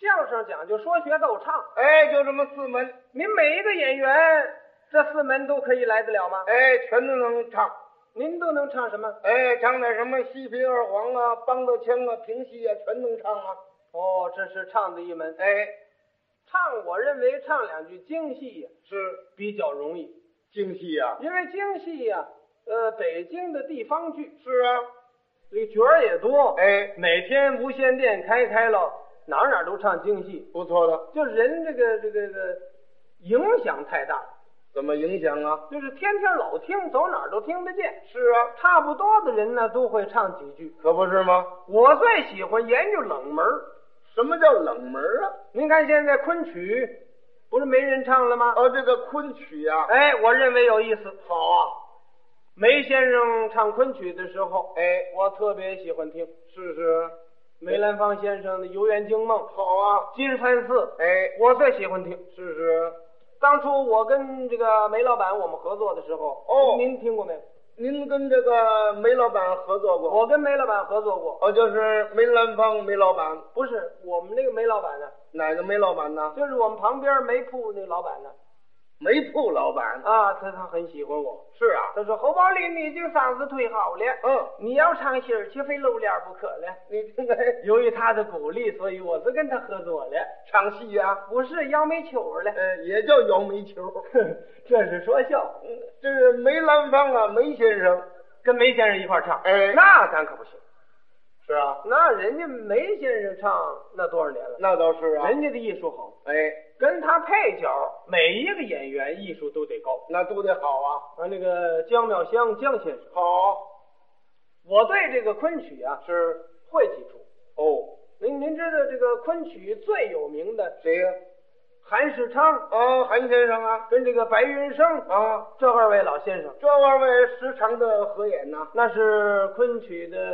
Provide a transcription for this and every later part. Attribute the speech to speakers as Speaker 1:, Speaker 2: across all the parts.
Speaker 1: 相声讲究说学逗唱，
Speaker 2: 哎，就这么四门，
Speaker 1: 您每一个演员这四门都可以来得了吗？
Speaker 2: 哎，全都能唱。
Speaker 1: 您都能唱什么？
Speaker 2: 哎，唱点什么西皮二黄啊、梆子腔啊、评戏啊，全能唱啊。
Speaker 1: 哦，这是唱的一门。
Speaker 2: 哎，
Speaker 1: 唱，我认为唱两句京戏
Speaker 2: 是
Speaker 1: 比较容易，
Speaker 2: 京戏呀、
Speaker 1: 因为京戏呀、呃，北京的地方剧，
Speaker 2: 是啊。
Speaker 1: 这个角儿也多，
Speaker 2: 哎，
Speaker 1: 每天无线电开开了，哪儿哪儿都唱京戏，
Speaker 2: 不错的。
Speaker 1: 就人这个这个这个影响太大了，
Speaker 2: 怎么影响啊？
Speaker 1: 就是天天老听，走哪儿都听得见。
Speaker 2: 是啊，
Speaker 1: 差不多的人呢，都会唱几句。
Speaker 2: 可不是吗？
Speaker 1: 我最喜欢研究冷门儿
Speaker 2: 什么叫冷门啊？
Speaker 1: 您看现在昆曲，不是没人唱了吗？
Speaker 2: 哦，这个昆曲啊呀、
Speaker 1: 哎，我认为有意思。
Speaker 2: 好啊。
Speaker 1: 梅先生唱昆曲的时候，
Speaker 2: 哎，
Speaker 1: 我特别喜欢听
Speaker 2: 试试。
Speaker 1: 梅兰芳先生的《游园惊梦》《
Speaker 2: 好啊。
Speaker 1: 金山寺》，
Speaker 2: 哎，
Speaker 1: 我最喜欢听。
Speaker 2: 试试。
Speaker 1: 当初我跟这个梅老板我们合作的时候，
Speaker 2: 哦
Speaker 1: 您听过没有？
Speaker 2: 您跟这个梅老板合作过？
Speaker 1: 我跟梅老板合作过，
Speaker 2: 哦，就是梅兰芳梅老板，
Speaker 1: 不是我们那个梅老板啊呢，
Speaker 2: 哪个梅老板呢？
Speaker 1: 就是我们旁边煤铺那老板呢，
Speaker 2: 煤铺老板。
Speaker 1: 啊，他他很喜欢我，
Speaker 2: 是啊。
Speaker 1: 他说侯宝林，你这嗓子忒好了，
Speaker 2: 嗯，
Speaker 1: 你要唱戏儿，岂非露脸不可了？
Speaker 2: 你听哎，
Speaker 1: 由于他的鼓励，所以我就跟他合作了，
Speaker 2: 唱戏呀、
Speaker 1: 不是摇煤球儿了，
Speaker 2: 呃，也叫摇煤球。
Speaker 1: 呃 这是说笑，
Speaker 2: 嗯这是梅兰芳啊，梅先生。
Speaker 1: 跟梅先生一块儿唱，
Speaker 2: 哎
Speaker 1: 那咱可不行，
Speaker 2: 是啊，
Speaker 1: 那人家梅先生唱那多少年了，
Speaker 2: 那倒是啊。
Speaker 1: 人家的艺术好。
Speaker 2: 哎，
Speaker 1: 跟他配角，每一个演员艺术都得高。
Speaker 2: 那都得好啊，
Speaker 1: 啊，那个姜妙香姜先生，
Speaker 2: 好
Speaker 1: 我对这个昆曲啊
Speaker 2: 是
Speaker 1: 会几出。
Speaker 2: 哦。
Speaker 1: 您您知道这个昆曲最有名的
Speaker 2: 谁呀、
Speaker 1: 韩世昌
Speaker 2: 啊，韩先生啊，
Speaker 1: 跟这个白云生
Speaker 2: 啊，
Speaker 1: 这二位老先生，
Speaker 2: 这二位时常的合演呐、
Speaker 1: 那是昆曲的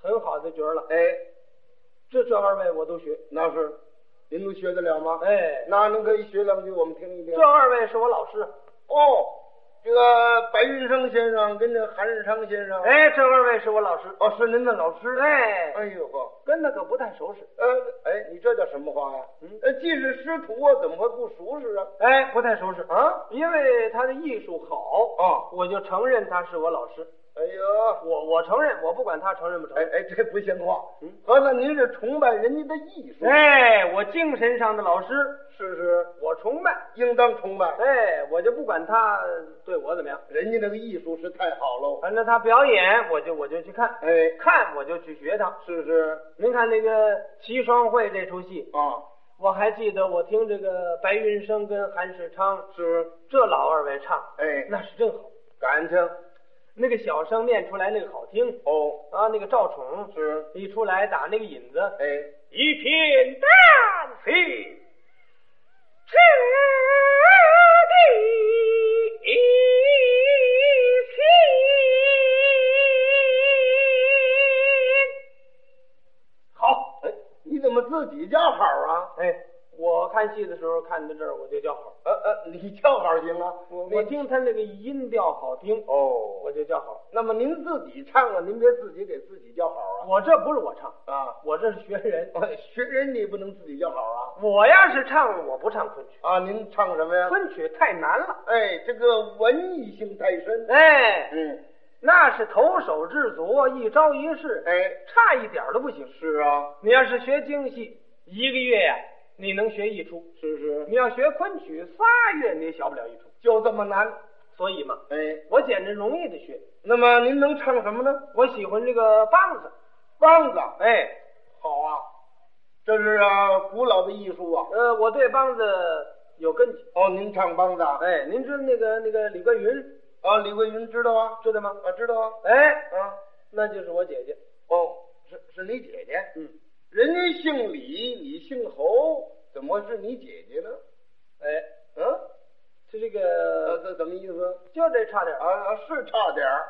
Speaker 1: 很好的角儿了。
Speaker 2: 哎，
Speaker 1: 这这二位我都学。
Speaker 2: 那是，您都学得了吗？
Speaker 1: 哎，
Speaker 2: 那您可以学两句，我们听一听
Speaker 1: 这。二位是我老师。
Speaker 2: 哦，这个白云生先生跟这韩世昌先生，，
Speaker 1: 哎，这二位是我老师。
Speaker 2: 哦，是您的老师。
Speaker 1: 哎，
Speaker 2: 哎呦呵，
Speaker 1: 跟他可不太熟识。
Speaker 2: 呃，哎，你这叫什么话呀、
Speaker 1: 嗯
Speaker 2: 呃，既是师徒啊，怎么会不熟识啊？
Speaker 1: 哎，不太熟识
Speaker 2: 啊，
Speaker 1: 因为他的艺术好
Speaker 2: 哦
Speaker 1: 我就承认他是我老师。
Speaker 2: 哎呦，
Speaker 1: 我我承认，我不管他承认不承
Speaker 2: 哎
Speaker 1: 认。
Speaker 2: 哎，这不像话。
Speaker 1: 嗯
Speaker 2: 合着您是崇拜人家的艺术，
Speaker 1: 哎，我精神上的老师，
Speaker 2: 是是，
Speaker 1: 我崇拜。
Speaker 2: 应当崇拜。
Speaker 1: 哎，我就不管他对我怎么样，
Speaker 2: 人家那个艺术是太好喽。
Speaker 1: 反正他表演，我就我就去看，
Speaker 2: 哎，
Speaker 1: 看我就去学他。
Speaker 2: 是是
Speaker 1: 您看那个《齐双会》这出戏，
Speaker 2: 啊，
Speaker 1: 我还记得我听这个白云生跟韩世昌
Speaker 2: 是
Speaker 1: 这老二位唱，
Speaker 2: 哎，
Speaker 1: 那是真好。
Speaker 2: 感情
Speaker 1: 那个小生念出来那个好听
Speaker 2: 哦，
Speaker 1: 啊，那个赵宠
Speaker 2: 是
Speaker 1: 一出来打那个引子，
Speaker 2: 哎，
Speaker 1: 一片丹心，赤地心。好，
Speaker 2: 哎，你怎么自己叫好啊？
Speaker 1: 哎，我看戏的时候看到这儿我就叫好，
Speaker 2: 呃呃，你叫好行啊，
Speaker 1: 我
Speaker 2: 你
Speaker 1: 我听他那个音调好听，
Speaker 2: 哦
Speaker 1: 我。就叫好。
Speaker 2: 那么您自己唱啊，您别自己给自己叫好
Speaker 1: 我这不是我唱，
Speaker 2: 啊啊！
Speaker 1: 我这是学人。
Speaker 2: 哎学人你不能自己叫好啊
Speaker 1: 我要是唱，我不唱昆曲，
Speaker 2: 啊！您唱什么呀？
Speaker 1: 昆曲太难了。
Speaker 2: 哎，这个文艺性太深。
Speaker 1: 哎，
Speaker 2: 嗯，
Speaker 1: 那是投手制足，一招一式，
Speaker 2: 哎，
Speaker 1: 差一点儿都不行。
Speaker 2: 是啊，
Speaker 1: 你要是学京戏，一个月呀、你能学一出；
Speaker 2: 是是，
Speaker 1: 你要学昆曲，仨月你也学不了一出。
Speaker 2: 就这么难。
Speaker 1: 所以嘛，
Speaker 2: 哎，
Speaker 1: 我简直容易的学。
Speaker 2: 那么您能唱什么呢？
Speaker 1: 我喜欢这个梆子，
Speaker 2: 梆子，
Speaker 1: 哎，
Speaker 2: 好啊，这是啊古老的艺术啊。
Speaker 1: 呃，我对梆子有根基。
Speaker 2: 哦，您唱梆子啊？
Speaker 1: 哎，您知道那个那个李桂云
Speaker 2: 啊，李桂云知道啊？
Speaker 1: 知道吗？
Speaker 2: 啊，知道啊。
Speaker 1: 哎，
Speaker 2: 啊，
Speaker 1: 那就是我姐姐。
Speaker 2: 哦，是是你姐姐。
Speaker 1: 嗯，
Speaker 2: 人家姓李，你姓侯，怎么会是你姐姐呢？
Speaker 1: 哎，
Speaker 2: 嗯、
Speaker 1: 就这个，
Speaker 2: 呃，这怎么意思？
Speaker 1: 就这差点
Speaker 2: 啊
Speaker 1: 儿，
Speaker 2: 啊，是差点儿。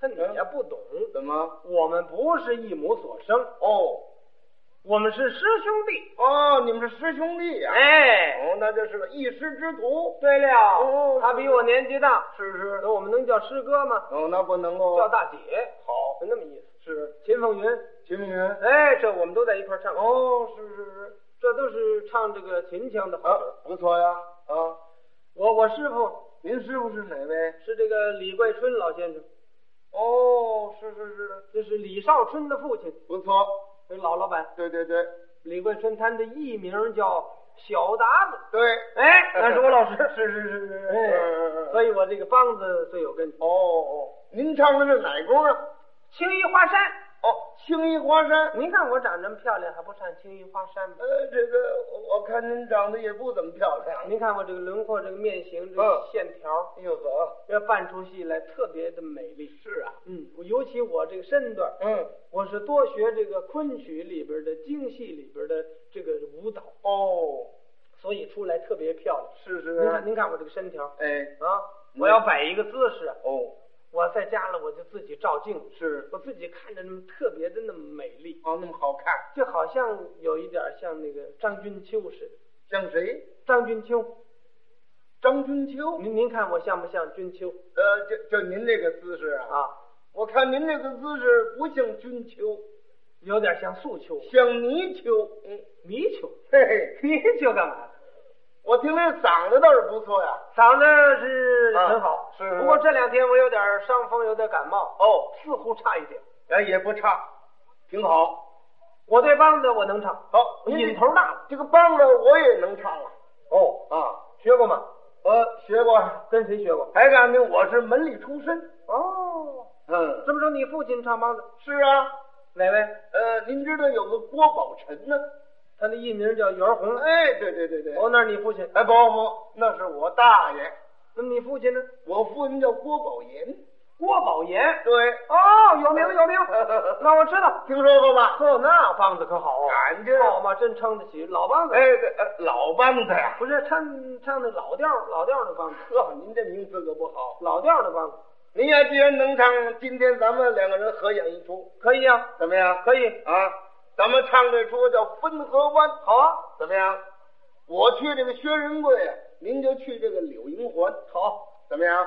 Speaker 1: 他你也
Speaker 2: 嗯
Speaker 1: 不懂。
Speaker 2: 怎么？
Speaker 1: 我们不是一母所生，
Speaker 2: 哦
Speaker 1: 我们是师兄弟。
Speaker 2: 哦，你们是师兄弟呀、
Speaker 1: 哎，
Speaker 2: 哦，那就是个一师之徒。
Speaker 1: 对了，
Speaker 2: 哦
Speaker 1: 他比我年纪大，
Speaker 2: 是是。
Speaker 1: 那我们能叫师哥吗？
Speaker 2: 哦，那不能够。
Speaker 1: 叫大姐，
Speaker 2: 好
Speaker 1: 就那么意思。
Speaker 2: 是
Speaker 1: 秦凤云，哎
Speaker 2: 秦明云。啊
Speaker 1: 哎，这我们都在一块儿唱。
Speaker 2: 哦，是是是，
Speaker 1: 这都是唱这个秦腔的好
Speaker 2: 啊
Speaker 1: 曲儿。，
Speaker 2: 不错呀，啊，
Speaker 1: 我我师傅
Speaker 2: 您师傅是哪位？
Speaker 1: 是这个李桂春老先生，
Speaker 2: 哦，是是是，
Speaker 1: 这是李少春的父亲，
Speaker 2: 不错，
Speaker 1: 这老老板
Speaker 2: 对对对
Speaker 1: 李桂春，他的艺名叫小达子。
Speaker 2: 对，。
Speaker 1: 哎，那是我老师
Speaker 2: 是是是嗯是，
Speaker 1: 哎，所以我这个梆子最有根。
Speaker 2: 哦哦，您唱的是哪工啊？
Speaker 1: 青衣花山，
Speaker 2: 哦，青衣花山。
Speaker 1: 您看我长这么漂亮，还不唱青衣花山吗？
Speaker 2: 呃，这个我我看您长得也不怎么漂亮。
Speaker 1: 您看我这个轮廓、这个面型、这
Speaker 2: 嗯
Speaker 1: 个线条，
Speaker 2: 哎呦呵，
Speaker 1: 要扮出戏来特别的美丽。
Speaker 2: 是啊，
Speaker 1: 嗯，我尤其我这个身段，
Speaker 2: 嗯，
Speaker 1: 我是多学这个昆曲里边的京戏里边的这个舞蹈，
Speaker 2: 哦，
Speaker 1: 所以出来特别漂亮。
Speaker 2: 是是
Speaker 1: 您看，
Speaker 2: 啊，
Speaker 1: 您看我这个身条
Speaker 2: 哎，
Speaker 1: 啊，
Speaker 2: 嗯
Speaker 1: 我要摆一个姿势，啊
Speaker 2: 哦，
Speaker 1: 我在家了我就自己照镜子，
Speaker 2: 是，
Speaker 1: 我自己看着那么特别的那么美丽，
Speaker 2: 哦，那么好看，
Speaker 1: 就好像有一点像那个张君秋似的。
Speaker 2: 像谁？
Speaker 1: 张君秋，
Speaker 2: 张君秋？
Speaker 1: 您您看我像不像君秋
Speaker 2: 呃，就就您这个姿势啊，
Speaker 1: 啊？
Speaker 2: 我看您这个姿势不像君秋，
Speaker 1: 有点像素秋、
Speaker 2: 像泥鳅。嗯，
Speaker 1: 泥鳅，
Speaker 2: 嘿嘿，
Speaker 1: 泥鳅干嘛？
Speaker 2: 我听这嗓子倒是不错呀。
Speaker 1: 嗓子是
Speaker 2: 啊
Speaker 1: 很好，
Speaker 2: 是是
Speaker 1: 不过这两天我有点伤风，有点感冒，
Speaker 2: 哦，
Speaker 1: 似乎差一点。
Speaker 2: 哎，也不差，挺好。
Speaker 1: 我对梆子我能唱，
Speaker 2: 好，您
Speaker 1: 瘾头大，
Speaker 2: 这个梆子我也能唱啊。
Speaker 1: 哦，
Speaker 2: 啊，
Speaker 1: 学过吗？
Speaker 2: 我学过。啊
Speaker 1: 跟谁学过？
Speaker 2: 还告诉你，我是门里出身。
Speaker 1: 哦，
Speaker 2: 嗯，
Speaker 1: 这么说你父亲唱梆子，
Speaker 2: 是啊。
Speaker 1: 哪位？
Speaker 2: 呃，您知道有个郭宝辰呢？
Speaker 1: 他的艺名叫袁弘，
Speaker 2: 哎，对对对对。
Speaker 1: 哦，那是你父亲。
Speaker 2: 哎，不不，那是我大爷，
Speaker 1: 那么你父亲呢？
Speaker 2: 我父亲叫郭宝岩。
Speaker 1: 郭宝岩。
Speaker 2: 对，
Speaker 1: 哦，有名 有名，那我知道。
Speaker 2: 听说过吧？
Speaker 1: 呵，哦那梆子可好啊！
Speaker 2: 俺这
Speaker 1: 好嘛，真撑得起老梆子。
Speaker 2: 哎，对呃老梆子呀。
Speaker 1: 不是唱唱的老调儿老调儿的梆子，
Speaker 2: 呵，您这名字可不好。
Speaker 1: 老调儿的梆子
Speaker 2: 您要既然能唱，今天咱们两个人合演一出，
Speaker 1: 可以啊，
Speaker 2: 怎么样？
Speaker 1: 可以，
Speaker 2: 啊，咱们唱这出叫《汾河湾》，
Speaker 1: 好啊，
Speaker 2: 怎么样？我去这个薛仁贵啊，您就去这个柳营环。
Speaker 1: 好
Speaker 2: 怎么样？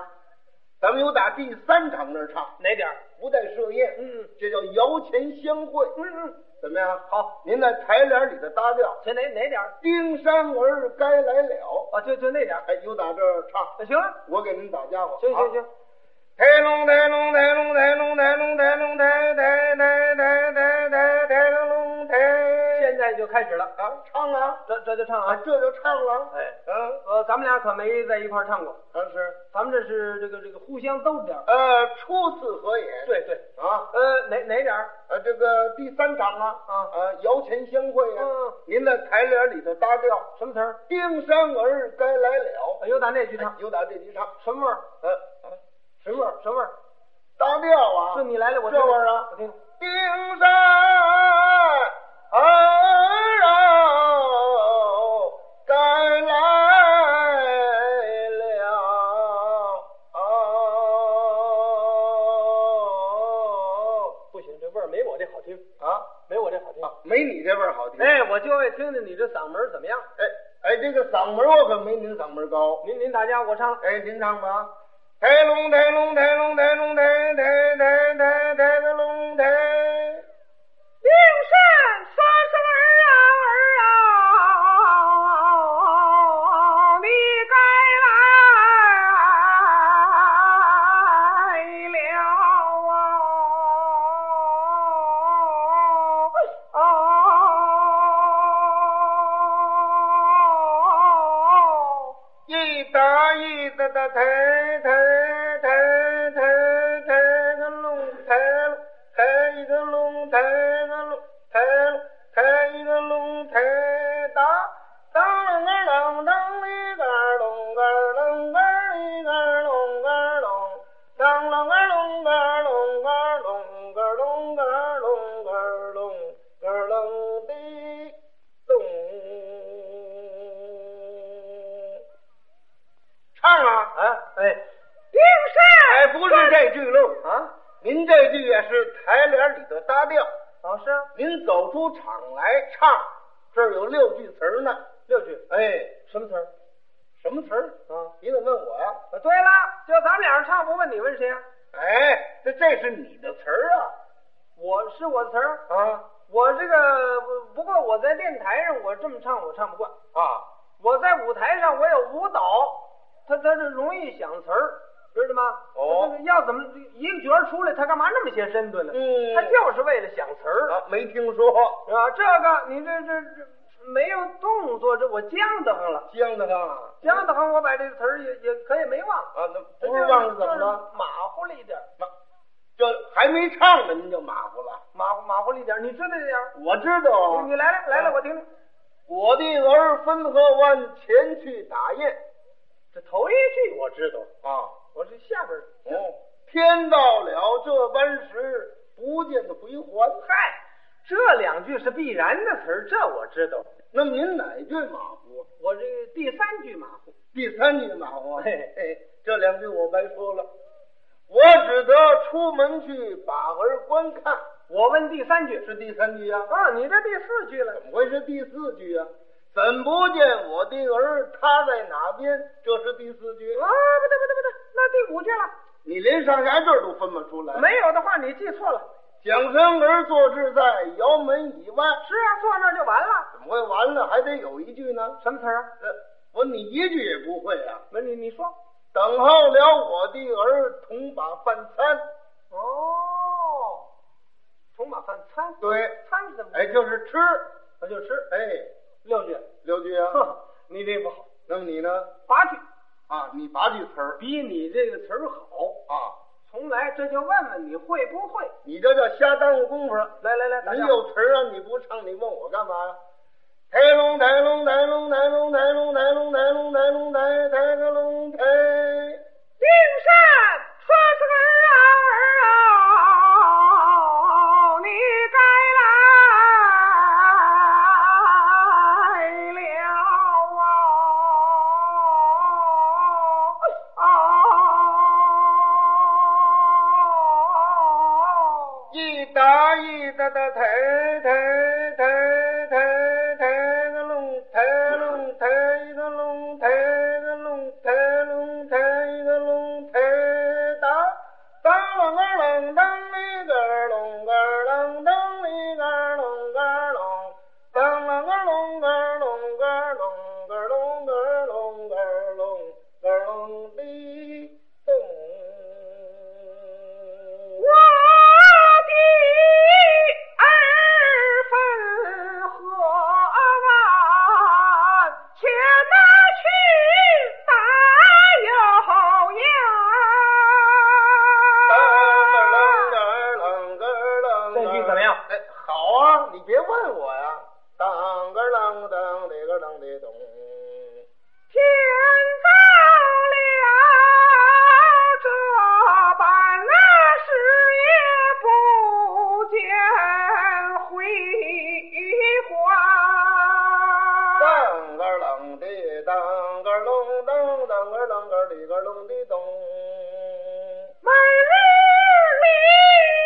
Speaker 2: 咱们有打第三场那儿唱，
Speaker 1: 哪点儿？
Speaker 2: 不带设宴，
Speaker 1: 嗯
Speaker 2: 这叫摇钱相会。
Speaker 1: 嗯嗯，
Speaker 2: 怎么样？
Speaker 1: 好，
Speaker 2: 您在台联里头搭调，
Speaker 1: 这哪哪点儿？
Speaker 2: 丁山儿该来了，
Speaker 1: 啊，就就那点儿，
Speaker 2: 哎，有打这儿唱，
Speaker 1: 那行了，
Speaker 2: 我给您打家伙。
Speaker 1: 行行
Speaker 2: 啊，
Speaker 1: 行，
Speaker 2: 台龙台龙台龙台龙台龙台龙台台台台台台台龙台
Speaker 1: 现在就开始了，
Speaker 2: 啊，唱啊
Speaker 1: 这这就唱
Speaker 2: 啊，
Speaker 1: 啊，
Speaker 2: 这就唱了，
Speaker 1: 哎，
Speaker 2: 嗯，
Speaker 1: 呃，咱们俩可没在一块儿唱过，
Speaker 2: 啊是，
Speaker 1: 咱们这是这个这个互相兜着点儿，
Speaker 2: 呃，初次合演，
Speaker 1: 对对，
Speaker 2: 啊，
Speaker 1: 呃，哪哪点儿？
Speaker 2: 呃，这个第三场啊，
Speaker 1: 啊
Speaker 2: 啊，摇钱相会啊，
Speaker 1: 嗯，
Speaker 2: 您在台联里头搭调，
Speaker 1: 什么词儿？
Speaker 2: 丁山儿该来了，
Speaker 1: 啊
Speaker 2: 哎
Speaker 1: 又打那句唱，
Speaker 2: 有打这几场，
Speaker 1: 什么味儿？
Speaker 2: 呃、啊，
Speaker 1: 哎什么味儿？什么味儿？
Speaker 2: 搭调啊，
Speaker 1: 是你来了，我
Speaker 2: 这
Speaker 1: 听
Speaker 2: 味儿啊
Speaker 1: 我听听，
Speaker 2: 丁山儿啊该来了。
Speaker 1: 不行，这味儿没我这好听，
Speaker 2: 啊
Speaker 1: 没我这好听。
Speaker 2: 啊，没你这味儿好听。
Speaker 1: 哎，我就爱听听你这嗓门儿怎么样？
Speaker 2: 哎哎，这个嗓门我可没您嗓门高。
Speaker 1: 您您大家我唱了，
Speaker 2: 哎，您唱吧。抬龙抬龙抬龙抬龙抬抬抬抬抬个龙抬。
Speaker 1: 灵山三声儿啊儿啊，你该来了啊！
Speaker 2: 一打一打打抬抬抬抬抬个龙抬龙抬一个龙抬个龙抬龙抬一个龙抬打当啷个啷当里个啷个啷个里个啷个啷当啷个啷个啷个啷个啷个啷个啷个啷的咚。唱啊！
Speaker 1: 啊，哎，
Speaker 2: 哎，不是这句喽，
Speaker 1: 啊，
Speaker 2: 您这句也是台联里头搭调。
Speaker 1: 老师啊，
Speaker 2: 您走出场来唱，这儿有六句词儿呢。
Speaker 1: 六句
Speaker 2: 哎，
Speaker 1: 什么词儿
Speaker 2: 什么词儿？
Speaker 1: 啊？
Speaker 2: 你怎么问我呀？
Speaker 1: 啊，对了，就咱们俩人唱，不问你问谁啊？
Speaker 2: 哎，这这是你的词儿啊！
Speaker 1: 我是我词儿，
Speaker 2: 啊，
Speaker 1: 我这个不过我在电台台上我这么唱我唱不惯，
Speaker 2: 啊，
Speaker 1: 我在舞台上我有舞蹈，他他这容易想词儿，知道吗？
Speaker 2: 哦
Speaker 1: 他这个要怎么一个角儿出来，他干嘛那么些身段呢？
Speaker 2: 嗯
Speaker 1: 他就是为了想词儿，
Speaker 2: 啊，没听说，
Speaker 1: 是吧？这个你这这这没有动作，这我僵得慌了，
Speaker 2: 僵的慌
Speaker 1: 僵得慌，我把这词儿也也可以没忘，
Speaker 2: 啊，那不是忘了怎么
Speaker 1: 就是
Speaker 2: 着？
Speaker 1: 就是马虎了一点儿，
Speaker 2: 这还没唱呢，您就马虎了。
Speaker 1: 马虎马虎了一点儿，你知道这样？
Speaker 2: 我知道啊，
Speaker 1: 你你来来来来，
Speaker 2: 啊
Speaker 1: 我听听。
Speaker 2: 我的儿汾河湾前去打雁
Speaker 1: 这头一句我知道，
Speaker 2: 啊，
Speaker 1: 我这下边儿
Speaker 2: 哦，天到了这般时，不见回还。
Speaker 1: 嗨，这两句是必然的词儿，这我知道。
Speaker 2: 那么您哪句马虎？
Speaker 1: 我这个第三句马虎，
Speaker 2: 第三句马虎啊？
Speaker 1: 嘿
Speaker 2: 哎，这两句我白说了，我只得出门去把儿观看，
Speaker 1: 我问第三句。
Speaker 2: 是第三句啊？
Speaker 1: 啊，你这第四句了
Speaker 2: 怎。么会是第四句啊？怎不见我的儿他在哪边？这是第四句
Speaker 1: 啊，不对不。对不对，那第五句了。
Speaker 2: 你连上下句儿都分不出来。
Speaker 1: 没有的话，你记错了。
Speaker 2: 蒋生儿坐置在窑门以外，
Speaker 1: 是啊，坐那儿就完了。
Speaker 2: 怎么会完了？还得有一句呢。
Speaker 1: 什么词儿啊？
Speaker 2: 这我你一句也不会啊！
Speaker 1: 不是你你说。
Speaker 2: 等候了我的儿同把饭餐。
Speaker 1: 哦，重马饭餐
Speaker 2: 对，
Speaker 1: 餐是怎么？
Speaker 2: 哎，，就是吃，
Speaker 1: 我就吃
Speaker 2: 哎，
Speaker 1: 六句。
Speaker 2: 刘局啊，
Speaker 1: 哼，你这不好。
Speaker 2: 那么你呢？
Speaker 1: 八句
Speaker 2: 啊，你八句词儿
Speaker 1: 比你这个词儿好。
Speaker 2: 啊，
Speaker 1: 重来，这就问问你会不会。
Speaker 2: 你这叫瞎耽误功夫了。
Speaker 1: 来来来，大
Speaker 2: 你
Speaker 1: 家
Speaker 2: 有词儿啊，你不唱，你问我干嘛呀？抬龙抬龙抬龙抬龙抬龙抬龙抬龙抬龙抬抬个龙抬，
Speaker 1: 丁山说出个儿啊儿啊，你该来了啊！
Speaker 3: 一打一打的抬抬抬抬抬个龙抬龙抬一个龙抬个龙抬龙抬一个龙抬当当啷个啷当里个啷个啷当里个啷个啷当啷个啷个啷个啷个啷个啷个啷个啷里咚。
Speaker 1: 我的儿分河湾，前那去打油烟。这句怎么样？
Speaker 2: 哎，好啊，你别问我呀。当个啷当里个啷的咚，
Speaker 1: 天造了这般那时也不见回还。
Speaker 2: 当个啷的当个啷当当个啷个里个啷的咚。
Speaker 1: 每日里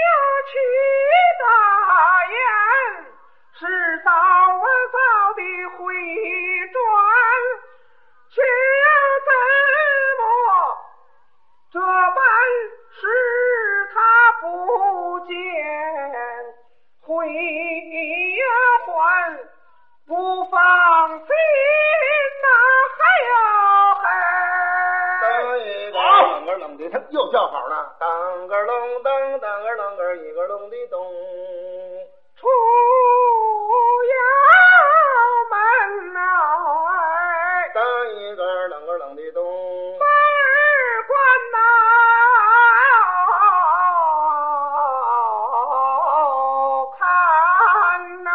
Speaker 1: 要去打雁，是早啊早的回转，却怎么这般使他不见回还？不放心呐、还要
Speaker 2: 当
Speaker 1: 还。
Speaker 2: 一个啷个啷的，他又叫好呢。当个啷当当个啷个一个啷的咚。
Speaker 1: 出窑门呐、哎，
Speaker 2: 当一个啷个啷的咚。
Speaker 1: 二关呐、看呐、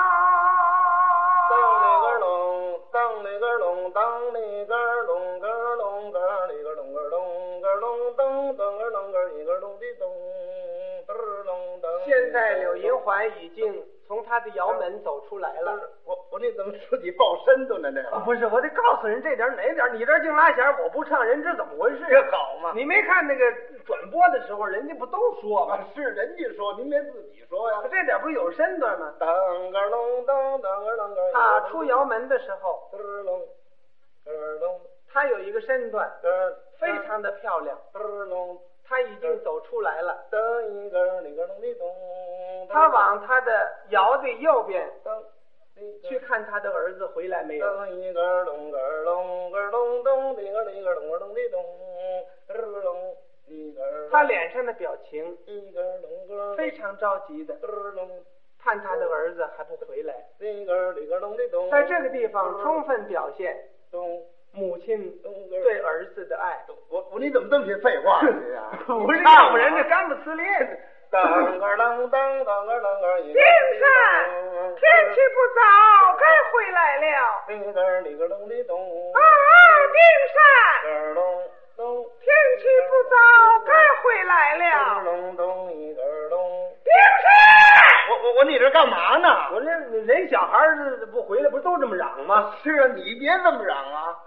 Speaker 2: 当里个隆，当里个隆，当里个隆个隆个里个隆个隆个隆当当个隆个一个隆的咚，嘚儿隆当。
Speaker 1: 现在柳银环已经从他的窑门走出来了。
Speaker 2: 我我这怎么自己抱身段呢？这
Speaker 1: 啊、不是，我得告诉人这点儿哪点儿，你这儿净拉弦儿，我不唱，人知怎么回事？
Speaker 2: 这好吗？
Speaker 1: 你没看那个转播的时候，人家不都说吗？
Speaker 2: 啊是人家说，您别自己说呀。
Speaker 1: 啊这点儿不是有身段吗？
Speaker 2: 当个隆当当个啷个。
Speaker 1: 他出窑门的时候，
Speaker 2: 嘚儿隆，嘚儿隆
Speaker 1: 他有一个身段，
Speaker 2: 嘚儿，
Speaker 1: 非常的漂亮。
Speaker 2: 嘚儿隆，
Speaker 1: 他已经走出来了，
Speaker 2: 当一个
Speaker 1: 嗯
Speaker 2: 里个隆的咚。
Speaker 1: 他往他的窑的右边
Speaker 2: 当里个
Speaker 1: 去看看他的儿子回来没有？
Speaker 4: 噔一个咚个儿咚个儿咚咚，里个里个咚个儿咚的咚，咯咯咚，一个儿
Speaker 1: 他脸上的表情
Speaker 4: 一个儿咚个儿
Speaker 1: 非常着急的
Speaker 4: 咚咯咚，
Speaker 1: 盼他的儿子还不回来，
Speaker 4: 里个儿里个儿咚的咚，
Speaker 1: 在这个地方充分表现
Speaker 4: 咚
Speaker 1: 母亲
Speaker 4: 咚个儿
Speaker 1: 对儿子的爱。
Speaker 2: 我我你怎么这么些废话呢？你啊
Speaker 1: 不是要不人家干不呲裂的。
Speaker 4: 当个儿啷当当个儿啷个儿一个
Speaker 5: 先生，天气不早，该回来了。
Speaker 4: 里个儿里个儿咚的咚，
Speaker 5: 啊，丁
Speaker 4: 咯
Speaker 5: 山，
Speaker 4: 儿咚咚，
Speaker 5: 天气不早，该回来
Speaker 4: 咯
Speaker 5: 了。
Speaker 4: 咚咚一个儿咚，
Speaker 5: 丁山，
Speaker 2: 我我我你这干嘛呢？
Speaker 1: 我这人小孩儿这不回来，不都这么嚷吗？
Speaker 2: 是啊，你别这么嚷啊！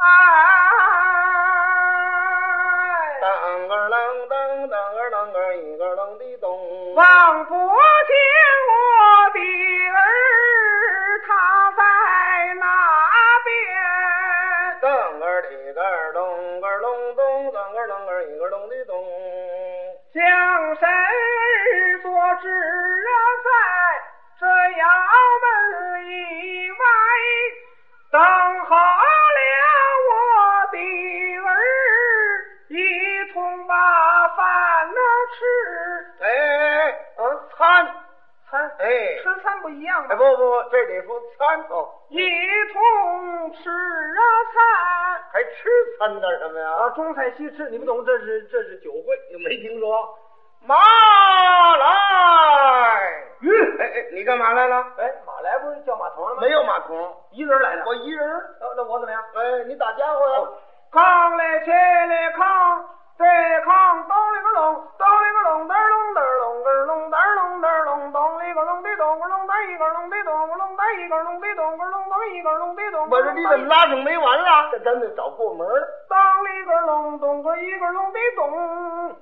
Speaker 5: 哎，
Speaker 4: 当个儿啷当当个儿啷个儿一个儿啷的咚，
Speaker 5: 望不见我的儿，他在哪边？
Speaker 4: 当个儿里个儿咚个儿咚咚，当个儿啷个儿一个儿咚的咚。
Speaker 5: 向谁所指啊，在这衙门以外，等候了我的儿，一同把饭呐吃。
Speaker 2: 哎，嗯，餐
Speaker 1: 餐
Speaker 2: 哎，
Speaker 1: 吃餐不一样吗？
Speaker 2: 哎不不不，这得说餐哦，
Speaker 5: 一同吃啊餐，
Speaker 2: 还吃餐干什么呀？
Speaker 1: 啊，中菜西吃，你不懂，这是这是酒会，
Speaker 2: 也没听说。马来，嗯，哎哎，你干嘛来了？
Speaker 1: 哎，马来不是叫马童了吗？
Speaker 2: 没有马童，
Speaker 1: 一人来的。
Speaker 2: 我一人儿。
Speaker 1: 那那我怎么样？
Speaker 2: 哎，你打家伙呀？
Speaker 1: 扛嘞，切嘞，扛，对扛，咚哩个隆，咚哩个隆，嘚儿隆嘚儿隆，个儿隆嘚儿隆嘚儿隆，咚哩个隆的咚，个隆嘚一个隆的咚，个隆嘚一个隆的咚，个隆嘚一个隆的咚。
Speaker 2: 我说你怎么拉上没完了？这咱得找部门。
Speaker 1: 当里个隆咚个一个隆的咚，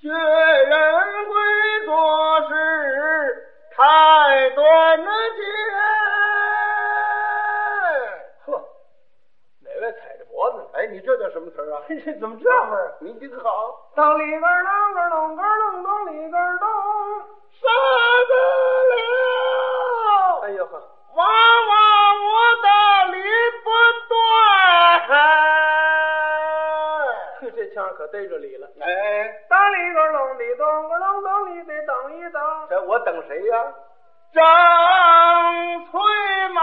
Speaker 2: 学人会做事太短见。
Speaker 1: 呵，哪位踩着脖子呢？
Speaker 2: 哎，你这叫什么词儿啊？
Speaker 1: 这怎么这味儿？
Speaker 2: 你挺好。
Speaker 1: 当里个啷个隆个隆咚里个咚，
Speaker 2: 杀得
Speaker 1: 哎
Speaker 2: 了，
Speaker 1: 呦呵，
Speaker 2: 娃娃我的理不断。
Speaker 1: 嘿这腔可逮着理了。
Speaker 2: 哎，
Speaker 1: 当里个隆里咚个隆咚里得等一等。
Speaker 2: 这我等谁呀、张翠
Speaker 1: 咯
Speaker 2: 马。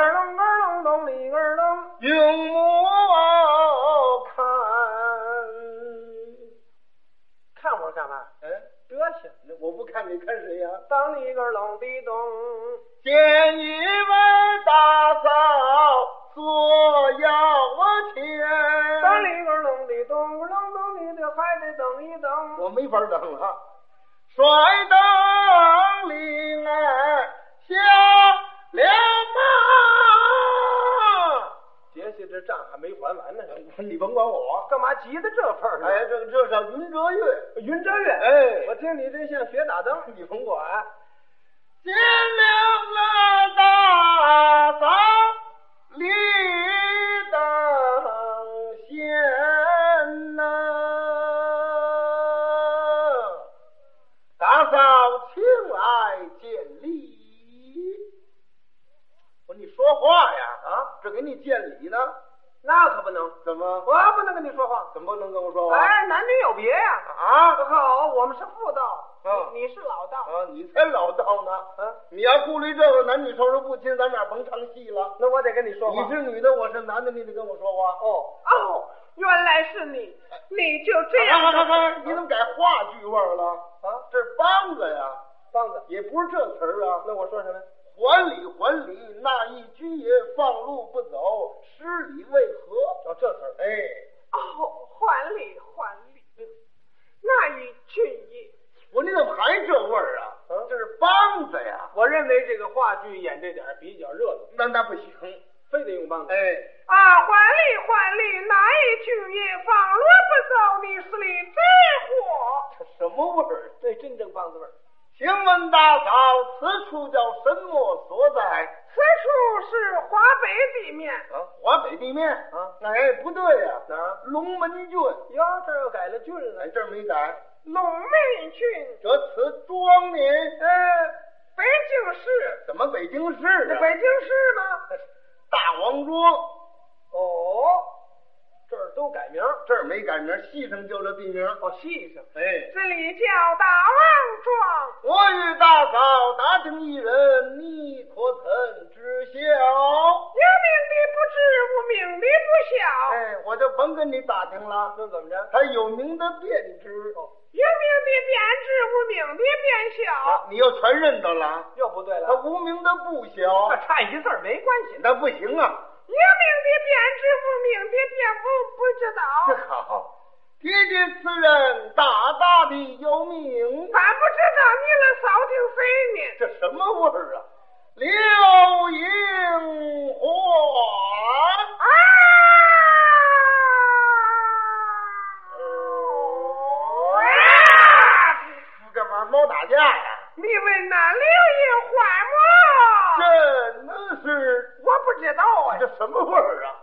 Speaker 1: 隆咯隆咚里咯隆，
Speaker 2: 用我看，
Speaker 1: 看我干嘛？
Speaker 2: 嗯，
Speaker 1: 德行。
Speaker 2: 我不看你看谁呀、
Speaker 1: 当里个隆的咚，
Speaker 2: 见一位大嫂索要钱，
Speaker 1: 当里个隆的咚，咯隆咚里的还得等一等。
Speaker 2: 我没法等了，甩灯铃儿下了马。
Speaker 1: 杰西这账还没还完呢，
Speaker 2: 你甭管我，
Speaker 1: 干嘛急到这份儿上？
Speaker 2: 哎，这个这叫云遮月，
Speaker 1: 云遮月，
Speaker 2: 哎
Speaker 1: 我听你这像学打灯，
Speaker 2: 你甭管。见了那大嫂立等闲呐，大嫂请来见礼。我说你说话呀？
Speaker 1: 啊，
Speaker 2: 这给你见礼呢？
Speaker 1: 那可不能，
Speaker 2: 怎么
Speaker 1: 我不能跟你说话。
Speaker 2: 怎么不能跟我说话？
Speaker 1: 哎，男女有别呀、
Speaker 2: 啊
Speaker 1: 好，我们是妇道，
Speaker 2: 嗯
Speaker 1: 你你是老道。
Speaker 2: 啊！你才老道呢！
Speaker 1: 啊，
Speaker 2: 你要顾虑这个男女授受不亲，咱俩甭唱戏了。
Speaker 1: 那我得跟你说话。
Speaker 2: 你是女的，我是男的，你得跟我说话。
Speaker 1: 哦，
Speaker 5: 哦，原来是你，你就这
Speaker 2: 看
Speaker 5: 样
Speaker 2: 看看
Speaker 5: 的。
Speaker 2: 看，你怎么改话剧味儿了？
Speaker 1: 啊，
Speaker 2: 这是梆子呀，
Speaker 1: 棒子，
Speaker 2: 也不是这词儿啊。
Speaker 1: 那我说什么？
Speaker 2: 还礼还礼，那一居也放路不走，失礼为何？
Speaker 1: 哦，这词儿。
Speaker 2: 哎，
Speaker 5: 哦，还礼还礼，那一俊逸。
Speaker 2: 我说你怎么还这味儿啊？
Speaker 1: 嗯
Speaker 2: 这是梆子呀，
Speaker 1: 我认为这个话剧演这点儿比较热闹，
Speaker 2: 那那不行。
Speaker 1: 非得用梆子。
Speaker 2: 哎，
Speaker 5: 啊，还礼还礼，哪一句也放萝卜走，你是你真火。
Speaker 2: 这什么味儿？
Speaker 1: 这真正梆子味儿。
Speaker 2: 请问大嫂，此处叫什么所在？
Speaker 5: 此处是华北地面，
Speaker 2: 啊，华北地面
Speaker 1: 啊
Speaker 2: 哎，不对呀、
Speaker 1: 哪儿啊？
Speaker 2: 龙门郡，
Speaker 1: 哟，这儿又改了郡了
Speaker 2: 哎，。这儿没改。
Speaker 5: 龙门郡，
Speaker 2: 这词庄您哎
Speaker 5: 呃，北京市，
Speaker 2: 怎么北京市
Speaker 5: 那
Speaker 2: 啊？
Speaker 5: 北京市嘛，
Speaker 2: 王庄。
Speaker 1: 哦，这儿都改名儿，
Speaker 2: 这儿没改名，戏上就这地名。
Speaker 1: 哦，戏上。
Speaker 2: 哎，
Speaker 5: 这里叫大王庄。
Speaker 2: 我与大嫂打听一人，你可曾知晓？
Speaker 5: 有名的不知，无名的不晓。
Speaker 2: 哎，我就甭跟你打听了，
Speaker 1: 那怎么着？
Speaker 2: 他有名的便知。哦，
Speaker 5: 有名的便知，无名的便晓。
Speaker 2: 啊，你又全认得了。
Speaker 1: 又不对
Speaker 2: 他
Speaker 1: 了，
Speaker 2: 无名的不晓
Speaker 1: 这，差一字儿没关系。
Speaker 2: 那不行啊。
Speaker 5: 有名的便知，无名的便不不知道。
Speaker 2: 这好，提及此人，大大的有名。
Speaker 5: 俺不知道你了扫听谁呢？
Speaker 2: 这什么味儿啊？刘英环。
Speaker 5: 啊！
Speaker 2: 你干嘛猫打架呀、
Speaker 5: 你问那刘英坏么？
Speaker 2: 这那是
Speaker 1: 我不知道啊，
Speaker 2: 这什么味儿啊？